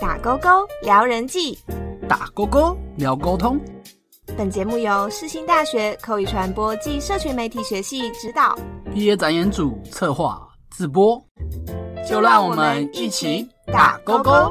打勾勾聊人际。打勾勾聊沟通，本节目由世新大学口语传播暨社群媒体学系指导，毕业展演组策划自播，就让我们一起打勾勾。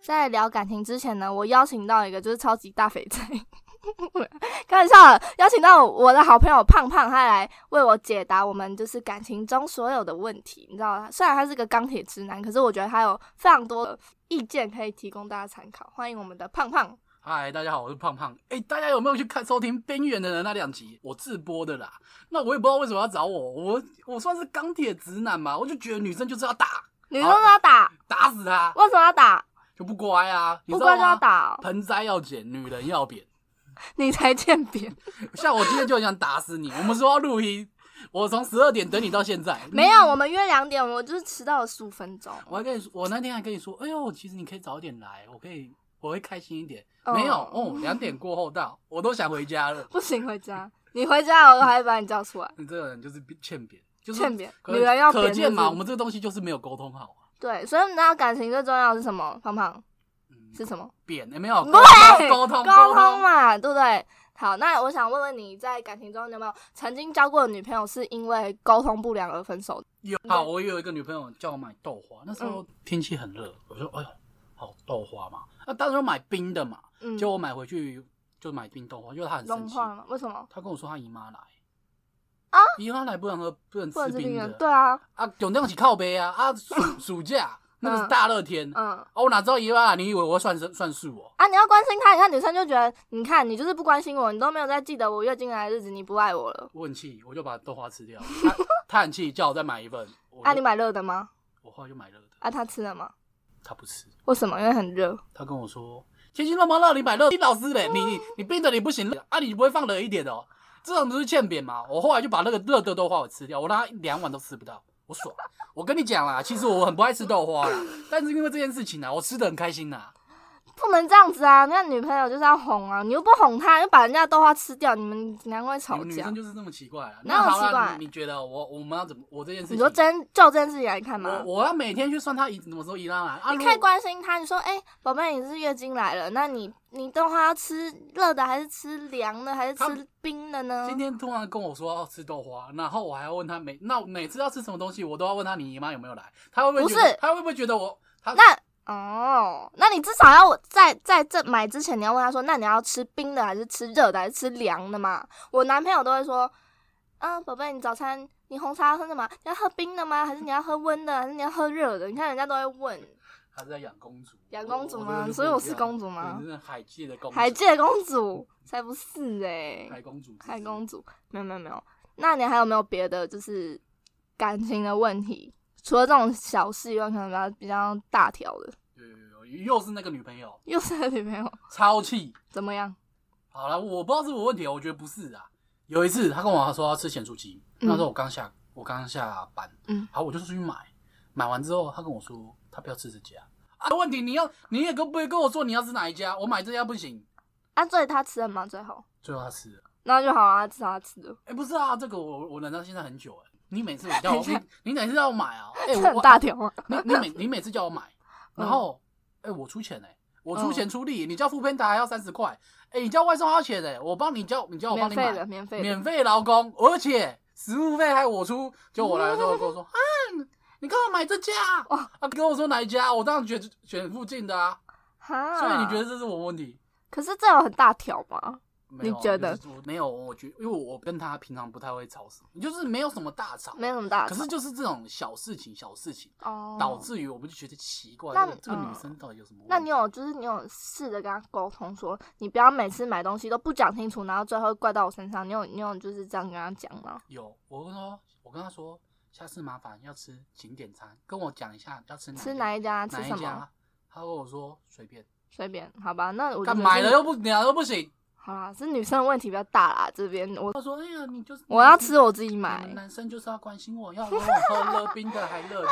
在聊感情之前呢，我邀请到一个就是超级大肥仔， 开玩笑了，啊邀请到我的好朋友胖胖，他来为我解答我们就是感情中所有的问题。你知道，虽然他是个钢铁直男，可是我觉得他有非常多的意见可以提供大家参考。欢迎我们的胖胖，嗨，大家好，我是胖胖。哎、大家有没有去看收听《边缘的人》那两集？我自播的啦。那我也不知道为什么要找我，我我算是钢铁直男嘛，我就觉得女生就是要打，女生都要打，打死她为什么要打？就不乖啊，你不知道吗乖就要打哦、盆栽要剪，女人要扁。你才欠扁。像我今天就很想打死你。我们说要录音，我从十二点等你到现在，没有，我们约两点，我就是迟到了十五分钟。我还跟你说，我那天还跟你说，哎呦，其实你可以早点来，我可以，我会开心一点。哦没有，哦，两点过后到，我都想回家了。不行，回家。你回家，我还会把你叫出来。你这个人就是欠扁，就是欠扁可女人要扁可见嘛，就是我们这个东西就是没有沟通好啊。对，所以你知道感情最重要的是什么？胖胖嗯，是 什么？扁哎没有沟通对，沟通沟通，嘛，对不对？好，那我想问问你在感情中你有没有曾经交过的女朋友是因为沟通不良而分手的？有好，我有一个女朋友叫我买豆花，那时嗯候天气很热，我说哎呦，好豆花嘛，那当时要买冰的嘛，嗯，结果我买回去就买冰豆花，因为她很生融气，化了吗？为什么？她跟我说她姨妈来啊，姨妈来不能喝不能不能吃是病的人？，对啊，啊，有那样起靠背啊啊， 暑暑假那个是大热天、嗯。哦，我哪知道姨妈来？你以为我会算算算数哦？啊！你要关心她，你看女生就觉得，你看你就是不关心我，你都没有在记得我月经来的日子，你不爱我了。我很气，我就把豆花吃 掉。她她很气，叫我再买一份。我就啊，你买热的吗？我后来就买热的，啊，她吃了吗？她不吃，为什么？因为很热。她跟我说天气那么热，你买热，你老师嘞，你嗯你你冰的你不行啊，你不会放冷一点的哦？这种不是欠扁吗？我后来就把那个热的豆花我吃掉，我让她两碗都吃不到，我爽。我跟你讲啦，其实我很不爱吃豆花啦，但是因为这件事情啊，我吃的很开心呐、不能这样子啊！那女朋友就是要哄啊，你又不哄她，又把人家豆花吃掉，你们难怪吵女女架生。就是这么奇怪啊。哪有那好奇怪了，你你觉得我我们要怎么？我这件事情，你说真就这件事情来看我吗？我要每天去算他姨什么时候姨妈来啊？你如可果以关心她，你说，哎、宝贝，你是月经来了，那你你豆花要吃热的还是吃凉的还是吃冰的呢？今天突然跟我说要吃豆花，然后我还要问他每那我每次要吃什么东西，我都要问他你姨妈有没有来，他会不会不觉得是他会不会觉得我他那哦，那你至少要我在在这买之前，你要问他说，那你要吃冰的还是吃热的还是吃凉的嘛？我男朋友都会说，啊，宝贝，你早餐你红茶要喝什么？你要喝冰的吗？还是你要喝温的？还是你要喝热的？你看人家都会问。他是在养公主？养公主我吗？所以我是公主主吗？你是海界的公主，海界公主才不是哎、海公主，海公主没有没有没有。那你还有没有别的就是感情的问题？除了这种小事以外，可能比较比较大条的，有有有有又是那个女朋友，又是他女朋友超气。怎么样？好了，我不知道是我问题，我觉得不是啊。有一次，他跟我说要吃咸酥鸡，嗯那时候我刚下我刚下班，嗯，好，我就出去买，买完之后，他跟我说他不要吃这家啊。问题你要你也跟不会跟我说你要吃哪一家，我买这家不行。啊，最他吃了吗？最后，最后他吃了，那就好啊，至少他吃了。哎、不是啊，这个我我忍到现在很久哎、你每次我叫等我一下你你每次叫我买啊，哎、这我很大条嗯啊！你你每你每次叫我买，然后哎、我出钱哎、我嗯出钱出力，你叫副片台还要三十块，哎、你叫外送还要钱哎、我帮你叫你叫我帮免你费买的，。免费的。免费劳工，而且食物费还我出。就我来的时候跟 我说啊，你干嘛买这家哦啊？啊，跟我说哪一家？我当然选选附近的啊。哈，所以你觉得？这是我问题？可是这有很大条吗？没有啊你觉得？就是我没有，我觉因为我跟他平常不太会吵什么，就是没有什么大吵。没有什么大可条。是就是这种小事情，小事情哦，导致于我们就觉得奇怪，那这个这个嗯女生到底有什么问题？那你有就是你有试着跟他沟通说，你不要每次买东西都不讲清楚，然后最后怪到我身上。你有你有就是这样跟他讲吗？有我跟他说，我跟他说，下次麻烦要吃景点餐，跟我讲一下要吃哪吃一哪一家吃哪什一么家？他跟我说随便。随便，好吧？那我就干觉得买是了又不鸟又不行。好啦，是女生的问题比较大啦。这边我他说：“哎呀，你就是我要吃，我自己你们买，男生就是要关心我，要我 喝热冰的还热的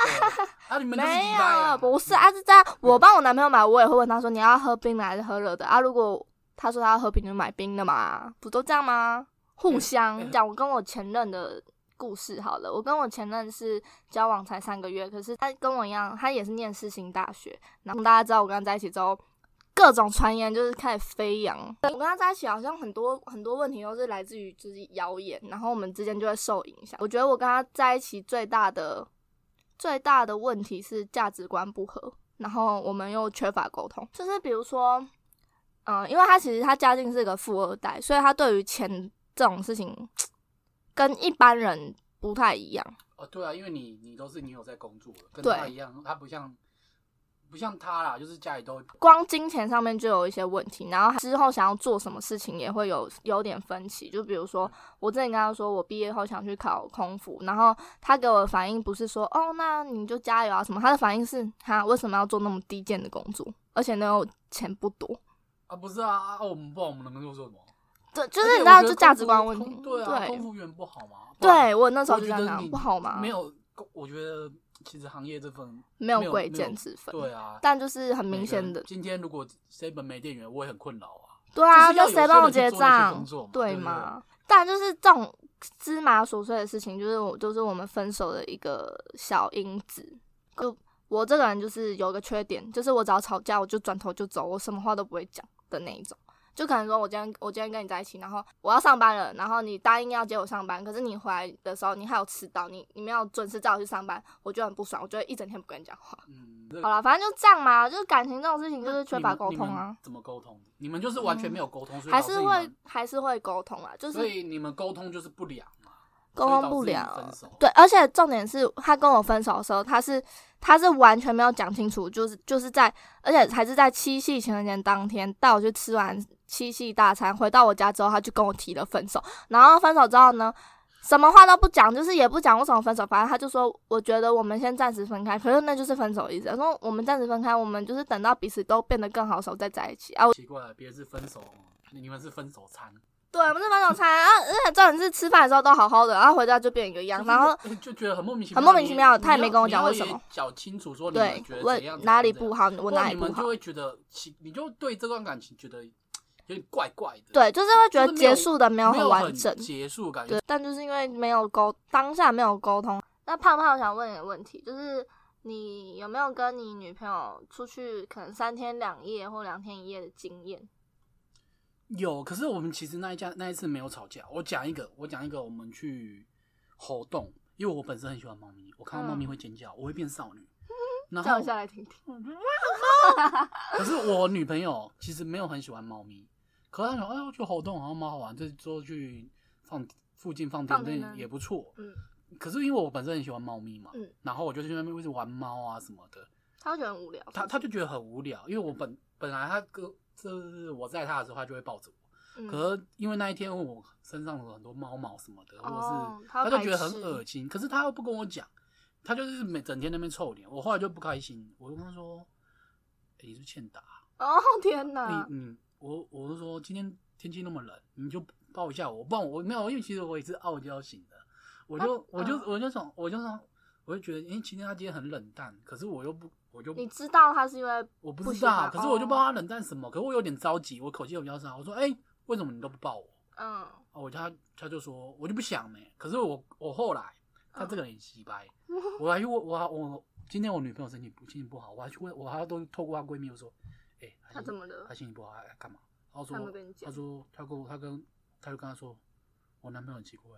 啊！你们就是没鸡掰啊有，不是 啊，是这样。我帮我男朋友买，我也会问他说你要喝冰的还是喝热的啊？如果他说他要喝冰，就买冰的嘛，不都这样吗？互哎相讲，我跟我前任的故事好了。我跟我前任是交往才三个月，可是他跟我一样，他也是念世新大学。然后大家知道我跟他在一起之后，各种传言就是开始飞扬。我跟他在一起好像很多很多问题都是来自于就是谣言，然后我们之间就会受影响。我觉得我跟他在一起最大的最大的问题是价值观不合，然后我们又缺乏沟通。就是比如说，嗯、因为他其实他家境是个富二代，所以他对于钱这种事情跟一般人不太一样。哦，对啊，因为你你都是你有在工作了，跟对他一样，他不像不像他啦，就是家里都光金钱上面就有一些问题，然后之后想要做什么事情也会有有点分歧。就比如说，我之前跟他说我毕业后想去考空服，然后他给我的反应不是说哦，那你就加油啊什么，他的反应是他为什么要做那么低贱的工作，而且呢又钱不多，啊，不是啊啊，啊我们不好，我们能够做什么？对，就就是你知道，就价值观问题。对啊，空对，服员不好吗？不然对我那时候我就觉这得样想，你不好吗？没有，我觉得其实行业这份没有没有贵没贱有之分，对啊，但就是很每明个显人的，今天如果 seven 没店员，我也很困扰啊。对啊，就是要那有些谁帮我人去结做那些账工作嘛？对对不对吗？但就是这种芝麻琐碎的事情，就是我就是我们分手的一个小因子。就我这个人就是有个缺点，就是我只要吵架我就转头就走，我什么话都不会讲的那一种。就可能说我今天我今天跟你在一起，然后我要上班了，然后你答应要接我上班，可是你回来的时候你还有迟到，你你没有准时叫我去上班，我就很不爽，我就会一整天不跟你讲话。嗯，这好了，反正就这样嘛，就是感情这种事情就是啊缺你乏们沟你通们啊，怎么沟通？你们就是完全没有沟通，所以还导是致你会们还是会沟通啊，就是所以你们沟通就是不良啊嘛，沟所以通导不致你们了分。手对，而且重点是他跟我分手的时候，他是他是完全没有讲清楚，就是就是在，而且还是在七夕情人节当天带我去吃完七夕大餐，回到我家之后，他就跟我提了分手。然后分手之后呢，什么话都不讲，就是也不讲为什么分手，反正他就说，我觉得我们先暂时分开，可是那就是分手的意思。他说我们暂时分开，我们就是等到彼此都变得更好的时候再在一起啊。我奇怪，别人是分手，你们是分手餐，对，我们是分手餐啊，而且重点是吃饭的时候都好好的，然后回家就变一个样，就是然后哎就觉得很莫名其很妙，莫名其妙你他也没跟我讲为什么。你要你要也讲清楚说你对们觉得我怎样哪里不好，好，不我然哪里你不们就好，会觉得奇，你就对这段感情觉得有点怪怪的，，对，就是会觉得就是没结有束的没有没有完整，结束感觉对，，但就是因为没有沟当下没有沟通。那胖胖想问你个问题，就是你有没有跟你女朋友出去可能三天两夜或两天一夜的经验？有，可是我们其实那一家那一次没有吵架。我讲一个，我讲一个，我们去活动，因为我本身很喜欢猫咪，我看到猫咪会尖叫，我会变少 女。然叫后我，嗯下来听听。可是我女朋友其实没有很喜欢猫咪，可是她想，哎呦，去活动好像蛮好玩，这周去放附近放放电电灯灯也不错。嗯，可是因为我本身很喜欢猫咪嘛，嗯然后我就去那边一直玩猫啊什么的，他会觉得很无聊。她她就觉得很无聊，因为我本本来她哥这我在她的时候，她就会抱着我。嗯，可是因为那一天我身上有很多猫毛什么的，或哦者是他会他就觉得排很斥恶心，可是他又不跟我讲，他就是每整天在那边臭脸，我后来就不开心，我就跟他说：“欸你是不是欠打，哦天哪！你你我我就说今天天气那么冷，你就抱一下我，不然我没有，因为其实我也是傲娇型的，我就我就嗯我就想我就想我就觉得，因为今天他今天很冷淡，可是我又不我就你知道他是因为我不不喜知道，欢可是我就哦不知道他冷淡什么，可是我有点着急，我口气又比较差，我说：哎、为什么你都不抱我？”嗯哦，他他就说，我就不想没、可是我我后来，他这个人也鸡掰，嗯我还去问我还我今天我女朋友身体不心情不好，我还去问，我还都透过她闺蜜我说，哎、她他心怎么了她？心情不好，她她干嘛？她她有没有说跟你，她讲说她跟我她跟她就跟她说，我男朋友很奇怪，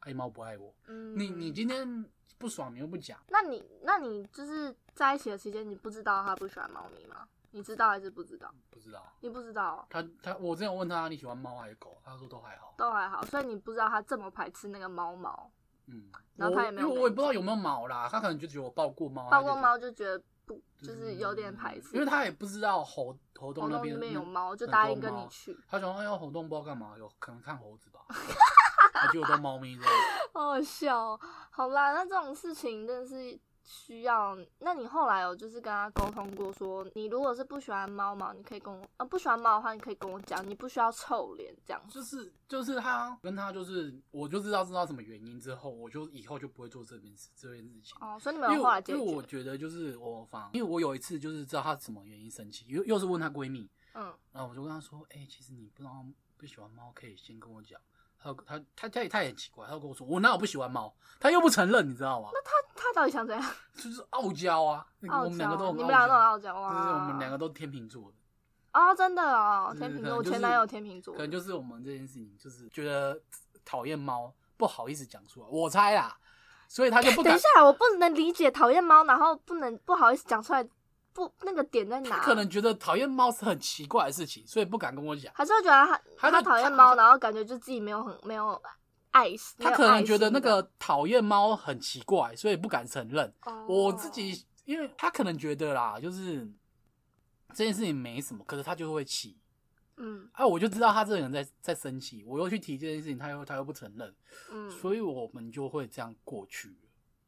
爱猫不爱我。嗯，你你今天不爽你又不讲，那你那你就是在一起的期间，你不知道他不喜欢猫咪吗？你知道还是不知道？不知道。你不知道哦，她她我之前问她你喜欢猫还是狗，她说都还好。都还好，所以你不知道他这么排斥那个猫毛，嗯，然后我她也没有因为我也跟你不知道有没有毛啦，她可能就觉得我抱过猫，她包就括觉得猫就觉得不，就是有点排斥，因为他也不知道猴猴洞活那动边里面有嗯猫，就很答多应跟你猫去，他想说哎呦猴洞不知道干嘛，有可能看猴子吧， 啊结果都猫咪这样。好好笑、哦。好啦，那这种事情真的是需要，那你后来有就是跟他沟通过说你如果是不喜欢猫毛，你可以跟我，呃，不喜欢猫的话，你可以跟我讲，你不需要臭脸这样子。就是就是他跟他就是我就知道知道什么原因之后，我就以后就不会做这件事这件事情。哦，所以你因们为有后我来解因为我决，觉得就是我方，因为我有一次就是知道他什么原因生气，又又是问她闺蜜，嗯，然后我就跟她说，哎、其实你不知道不喜欢猫，可以先跟我讲。她他他他他也他也很奇怪，他就跟我说我哪有不喜欢猫，他又不承认，你知道吗？他到底想怎样？就是傲娇啊，那个傲我们两个娇都啊，很你们两个都很娇，傲娇就啊！是我们两个都天秤座的，哦，真的哦，天秤可座，能我就是前男友天秤座可，能就是我们这件事情就是觉得讨厌猫，不好意思讲出来，我猜啦，所以他就不哎等敢一，下，我不能理解讨厌猫，然后不能不好意思讲出来，不那个点在哪？他可能觉得讨厌猫是很奇怪的事情，所以不敢跟我讲。还是会觉得他他就讨厌他猫，然后感觉就自己没有很没有爱，他没有可爱能觉得心那的个讨厌猫很奇怪，所以不敢承认。哦我自己，因为他可能觉得啦，就是这件事情没什么，可是他就会气。嗯哎、我就知道他这个人在在生气，我又去提这件事情，他又他又不承认，嗯，所以我们就会这样过去了。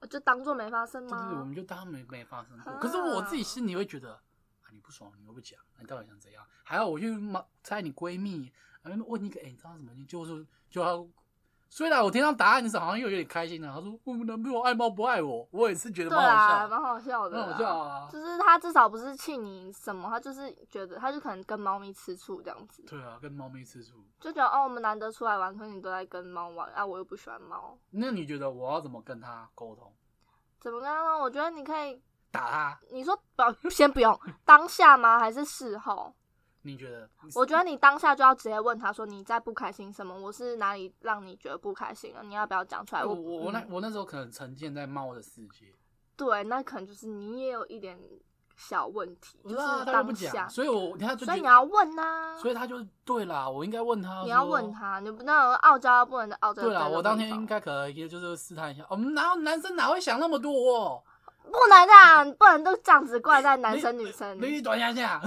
我就当做没发生就是我吗们？就当没没发生过。啊可是我自己心里会觉得，啊，你不爽，你又不讲，你到底想怎样？还有我去妈猜你闺蜜，然后问你个，哎、你知道什么？你就是就要。虽然我听到答案的时候好像又有点开心的、他说我男朋友爱猫不爱我，我也是觉得对蛮好啊，笑的，蛮好笑的蛮啊，好笑啊。就是他至少不是气你什么，他就是觉得他就可能跟猫咪吃醋这样子，对啊，跟猫咪吃醋。就觉得哦，我们难得出来玩，可是你都在跟猫玩，啊，我又不喜欢猫，那你觉得我要怎么跟他沟通？怎么跟他说？我觉得你可以，打他？你说不， 先不用当下吗？还是事后？你觉得？我觉得你当下就要直接问他说你在不开心什么，我是哪里让你觉得不开心了？你要不要讲出来？哦我我我那嗯我那时候可能沉浸在猫的世界，对，那可能就是你也有一点小问题，我就是知道啊他又不当讲，下，所以我他就所以觉你得要问呐、所以他就对啦，我应该问他，你要问。他，你不那傲娇啊不能傲娇。对啦，啊我当天应该可以就是试探一下，我嗯们哪有男生哪会想那么多、哦？不能这样，不能都这样子怪在男生女生。你短下下。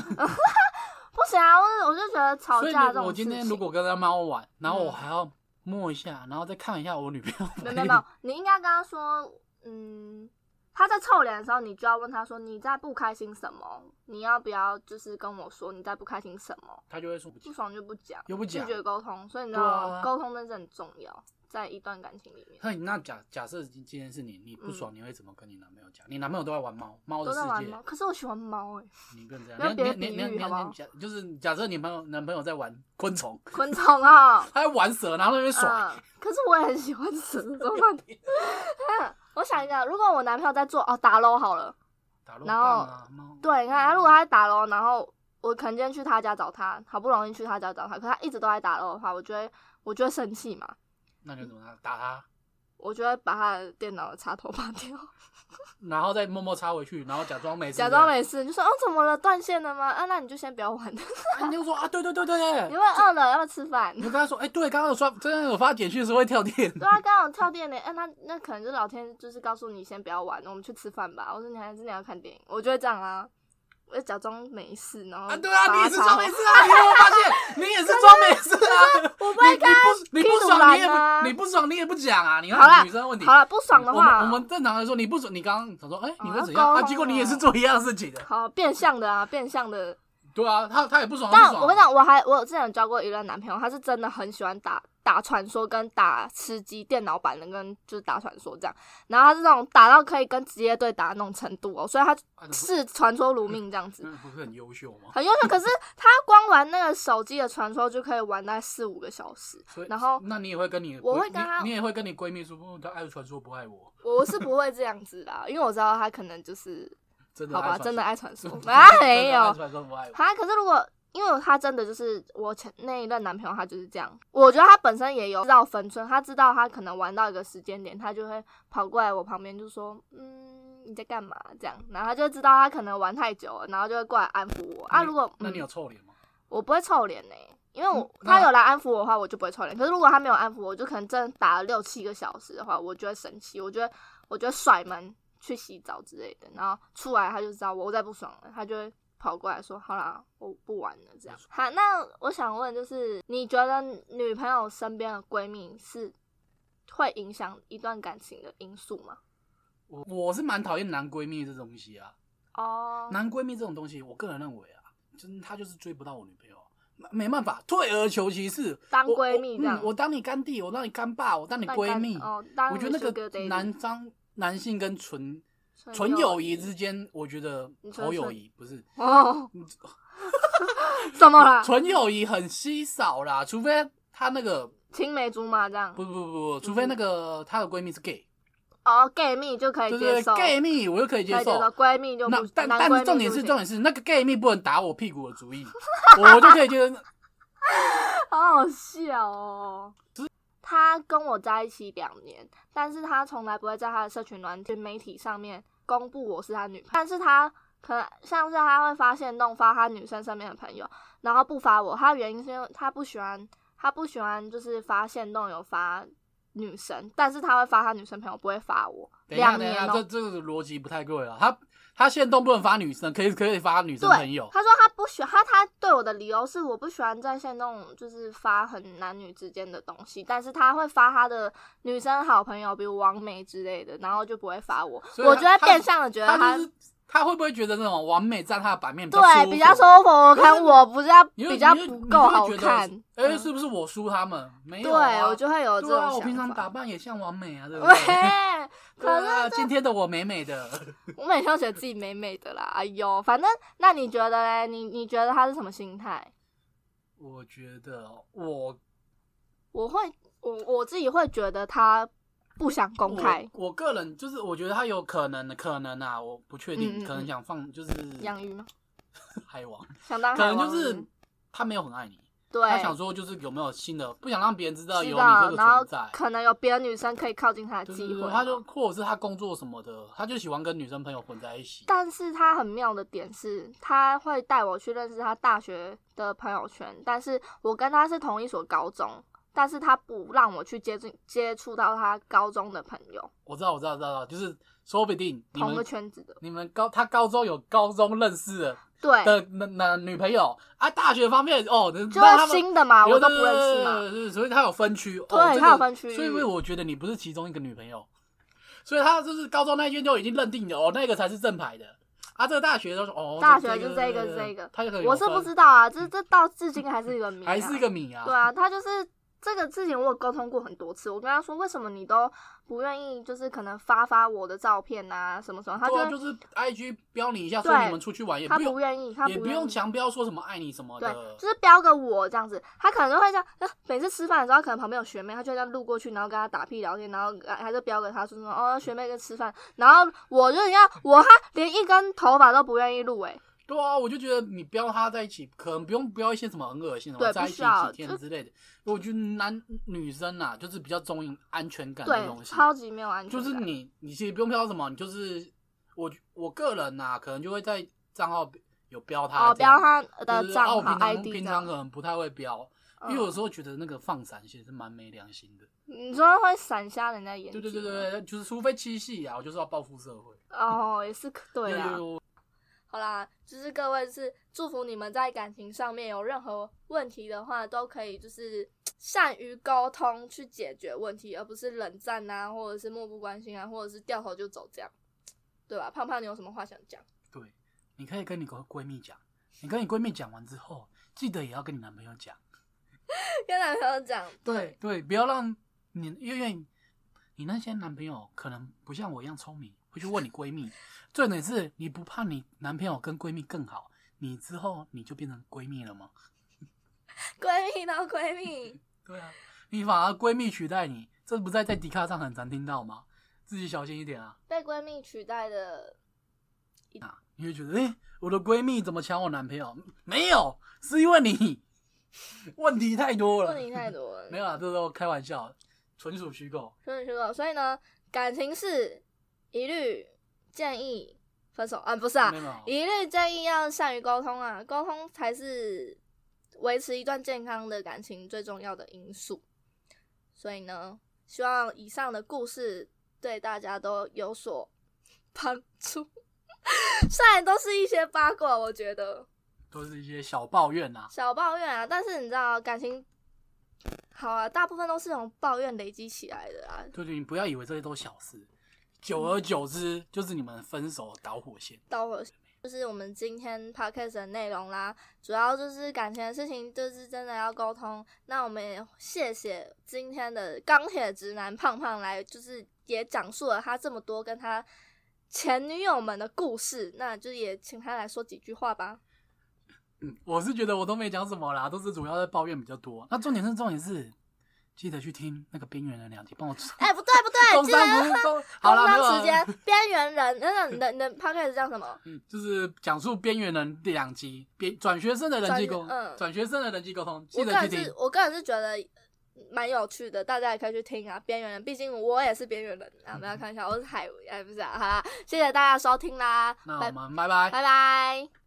不行啊，我我就觉得吵所以架你这种我事情，今天如果跟他猫玩，然后我嗯还要摸一下，然后再看一下我女朋友。没有没有没有，你应该跟他说，嗯，他在臭脸的时候，你就要问他说你在不开心什么？你要不要就是跟我说你在不开心什么？他就会说不不行。爽就不讲，又不讲拒绝沟通，所以你知对道啊沟通真的很重要，在一段感情里面。那你那假假设今今天是你，你不爽，你会怎么跟你男朋友讲？你男朋友都在玩猫，猫的嗯都在玩世猫，界，可是我喜欢猫哎、你不能这不要样。你别要的你比你你喻好不好你假就是假设你朋友男朋友在玩昆虫， 昆虫啊、他在玩蛇，然后在那边甩，嗯，可是我也很喜欢蛇，怎么办？嗯 我想一下，如果我男朋友在做哦打楼好了，打落然后棒啊，猫。对，你看他如果他在打楼，然后我可能今天去他家找他，好不容易去他家找他，可他一直都在打楼的话，我就会我就会生气嘛，那你就怎么样打他？我就会把他的电脑的插头 拔掉，然后再默默插回去，然后假装没事，假装没事，就说哦怎么了断线了吗？啊那你就先不要 玩，你啊，你就说啊，对对对对对，会饿了要不要吃饭 你？就跟他说，哎、对，刚刚有刷，真的有发简讯说会跳电，对啊，刚好跳电呢，哎、那那可能就是老天就是告诉你先不要玩，我们去吃饭吧。我说你还是你要看电影，我就会这样啊，我就假装没事，然后啊，对啊，把你它也是插装好没事啊，你有没有发现？你也是装没事啊， 我不你会看。你不你不屁股爽你也蓝啊不你不爽你也不讲啊，你好啦看女生的问题好。了，不爽的嗯我们话，哦我们正常来说，你不爽，你刚刚想说，哎、你会怎要沟样？啊，通结果你也是啊做一样的事情的，好变相的啊，变相的。对啊，他他也不爽，他但不我跟你爽啊，讲，我还我有之前有交过一任男朋友，他是真的很喜欢打打传说跟打吃鸡电脑版的，跟就是打传说这样。然后他是那种打到可以跟职业队打的那种程度哦，所以他啊这不嗯视传说如命这样子。那不是很优秀吗？很优秀，可是他光玩那个手机的传说就可以玩大概四五个小时。所以，然后那你也会跟你，我会跟他你，你也会跟你闺蜜说，哦，她爱传说不爱我，我是不会这样子啦，因为我知道他可能就是真的好爱吧，传真的说爱传说 真，的啊没真的 爱有传说不爱我。他。可是如果因为他真的就是我前那一任男朋友，他就是这样。我觉得他本身也有知道分寸，他知道他可能玩到一个时间点，他就会跑过来我旁边就说：“嗯，你在干嘛？”这样，然后他就知道他可能玩太久了，然后就会过来安抚我啊。你如果那你嗯有臭脸吗？我不会臭脸呢、因为我嗯那他有来安抚我的话，我就不会臭脸。可是如果他没有安抚我，我就可能真的打了六七个小时的话，我就会生气，我就会我就会甩门去洗澡之类的。然后出来他就知道我再不爽了，他就会跑过来说：“好啦，我不玩了。”这样。好，那我想问，就是你觉得女朋友身边的闺蜜是会影响一段感情的因素吗？我我是蛮讨厌男闺蜜这东西啊，哦、男闺蜜这种东西，我个人认为啊，就是他就是追不到我女朋友啊，没没办法，退而求其次，当我闺蜜我这样嗯我当你干弟，我当你干爸，我当你那闺干蜜，哦，当我觉你得那 sugar 个 daddy 男张男性跟纯纯纯友友谊谊之间，我觉得你说好友纯谊不是嗯 哦，怎么 啦？纯友谊很稀少啦，除非。她那个青梅竹马这样。不不不不，嗯除非那个她的闺蜜是 gay，哦，gay 蜜就可以对接对受对，gay 蜜我又可以接可以受接。受，闺蜜就那不，但男但闺是蜜重点是就不行重点是那个 gay 蜜不能打我屁股的 主意，我我就可以觉得好好笑哦。他跟我在一起两年，但是他从来不会在他的社群软件媒体上面公布我是他女朋友，但是他可能像是他会发现动发他女生身边的朋友，然后不发我，他的原因是因为他不喜欢，他不喜欢就是发现动有发女生，但是他会发他女生朋友，不会发我。等一下两等一年下，哦、这这个逻辑不太对了。啊他他现动不能发女生，可以可以发女生朋友对，。他说他不喜他他对我的理由是我不喜欢在线那种就是发很男女之间的东西，但是他会发他的女生好朋友，比如王梅之类的，然后就不会发我。所以我他觉得他变相的觉得他就是他会不会觉得那种完美占他的版面比较舒对服比较舒服，我可是看我不是要你就比较你就不你就够会好觉得看。哎，嗯是不是我输他们？没对，有啊，我就会有这对种啊，我平想常法。打扮也像完美啊， 对不喂对？，可对啊，今天的我美美的， 我每天都觉得自己美美的啦。哎呦，反正那你觉得嘞？你你觉得他是什么心态？我觉得哦我我会，我我自己会觉得他不想公开我我个人就是我觉得他有可能可能啊，我不确嗯嗯定，嗯可能想放就是养鱼吗？海王，想当可海能王就是他没有很爱你，对，他想说就是有没有新的，不想让别人知道有知你道，这个然后存在。可能有别的女生可以靠近他的对机对会对，嘛，他就或者是他工作什么的，他就喜欢跟女生朋友混在一起。但是他很妙的点是，他会带我去认识他大学的朋友圈，但是我跟他是同一所高中，但是他不让我去接近接触到他高中的朋友，我知道，我知道，知道，知道就是说不定你同个们圈子的，你们高他高中有高中认识的对，的男男女朋友啊，大学方面哦，就让他是们新的嘛，有啊我都的不认识嘛，所以他有分区，对哦、这个他有分区所以我觉得你不是其中一个女朋友，所以他就是高中那一圈就已经认定了哦，那个才是正牌的啊，这个大学都是哦，大学这就是这个这个他就可能有我是分不知道啊，这这到至今还是一个谜、啊，还是一个米啊，对啊，他就是这个事情，我有沟通过很多次。我跟他说，为什么你都不愿意，就是可能发发我的照片啊，什么什么，他对啊，就就是 I G 标你一下，对说你们出去玩也他用不愿意，他也不愿用意。强标说什么爱你什么对的，，就是标个我这样子，他可能就会这样， 呃每次吃饭的时候，他可能旁边有学妹，他就这样路过去，然后跟他打屁聊天，然后呃他就标给他说什么哦，学妹跟吃饭，然后我就你看我他连一根头发都不愿意欸录诶、对啊，我就觉得你标他在一起，可能不用标一些什么很恶心什对么在一不需起要几天就之类的。我觉得男女生呐、啊，就是比较重于安全感的对，东西，超级没有安全就是感你你其实不用标什么，你就是我我个人呐、啊，可能就会在账号有标他哦，啊这样标他就的是啊账号我平常 ID 平这常样可能不太会标，因为嗯有时候觉得那个放闪其实是蛮没良心的。你说会闪瞎人家眼睛对吗，对对对，对就是除非七夕啊，我就是要报复社会。哦，也是可对有啦有。有好啦，就是各位是祝福你们在感情上面有任何问题的话，都可以就是善于沟通去解决问题，而不是冷战啊，或者是漠不关心啊，或者是掉头就走这样，对吧？胖胖，你有什么话想讲？对，你可以跟你闺闺蜜讲，你跟你闺蜜讲完之后，记得也要跟你男朋友讲。跟男朋友讲，对对，不要让你，因为你那些男朋友可能不像我一样聪明，会去问你闺 蜜。重点是，你不怕你男朋友跟闺蜜更好，你之后你就变成闺蜜了吗？闺蜜到闺蜜，对啊，你反而闺蜜取代你，这不在在迪卡上很常听到吗？自己小心一点啊！被闺蜜取代的，啊，你会觉得，诶，我的闺蜜怎么抢我男朋友？没有，是因为你 问题太多了。问题太多了。没有啊，这都开玩笑，纯属虚构。所以说，所以呢，感情事一律建议分手啊，不是啊没，有没有，一律建议要善于沟通啊，沟通才是维持一段健康的感情最重要的因素。所以呢，希望以上的故事对大家都有所帮助。虽然都是一些八卦，我觉得都是一些小抱怨啊。小抱怨啊，但是你知道，感情好啊，大部分都是从抱怨累积起来的啊，对对，你不要以为这些都小事，久而久之就是你们分手的导火线。到我就是我们今天 podcast 的内容啦，主要就是感情的事情，就是真的要沟通。那我们也谢谢今天的钢铁直男胖胖来，就是也讲述了他这么多跟他前女友们的故事，那就也请他来说几句话吧。嗯，我是觉得我都没讲什么啦，都是主要在抱怨比较多。那重点是重点是，记得去听那个边缘人两集，帮我。 哎、不对不对，工记商得不是工，好工了，没有啊商了时间，边缘人，那那那那 p o d c a s 叫什么？嗯，就是讲述边缘人第两集，边转学生的人际沟，转嗯转学生的人际沟通，记我得个去听人是，。我个人是觉得蛮有趣的，大家也可以去听啊。边缘人，毕竟我也是边缘人啊，不嗯要看一下，我是海，哎，不是啊，好啦，谢谢大家收听啦，那拜我们拜拜。拜拜。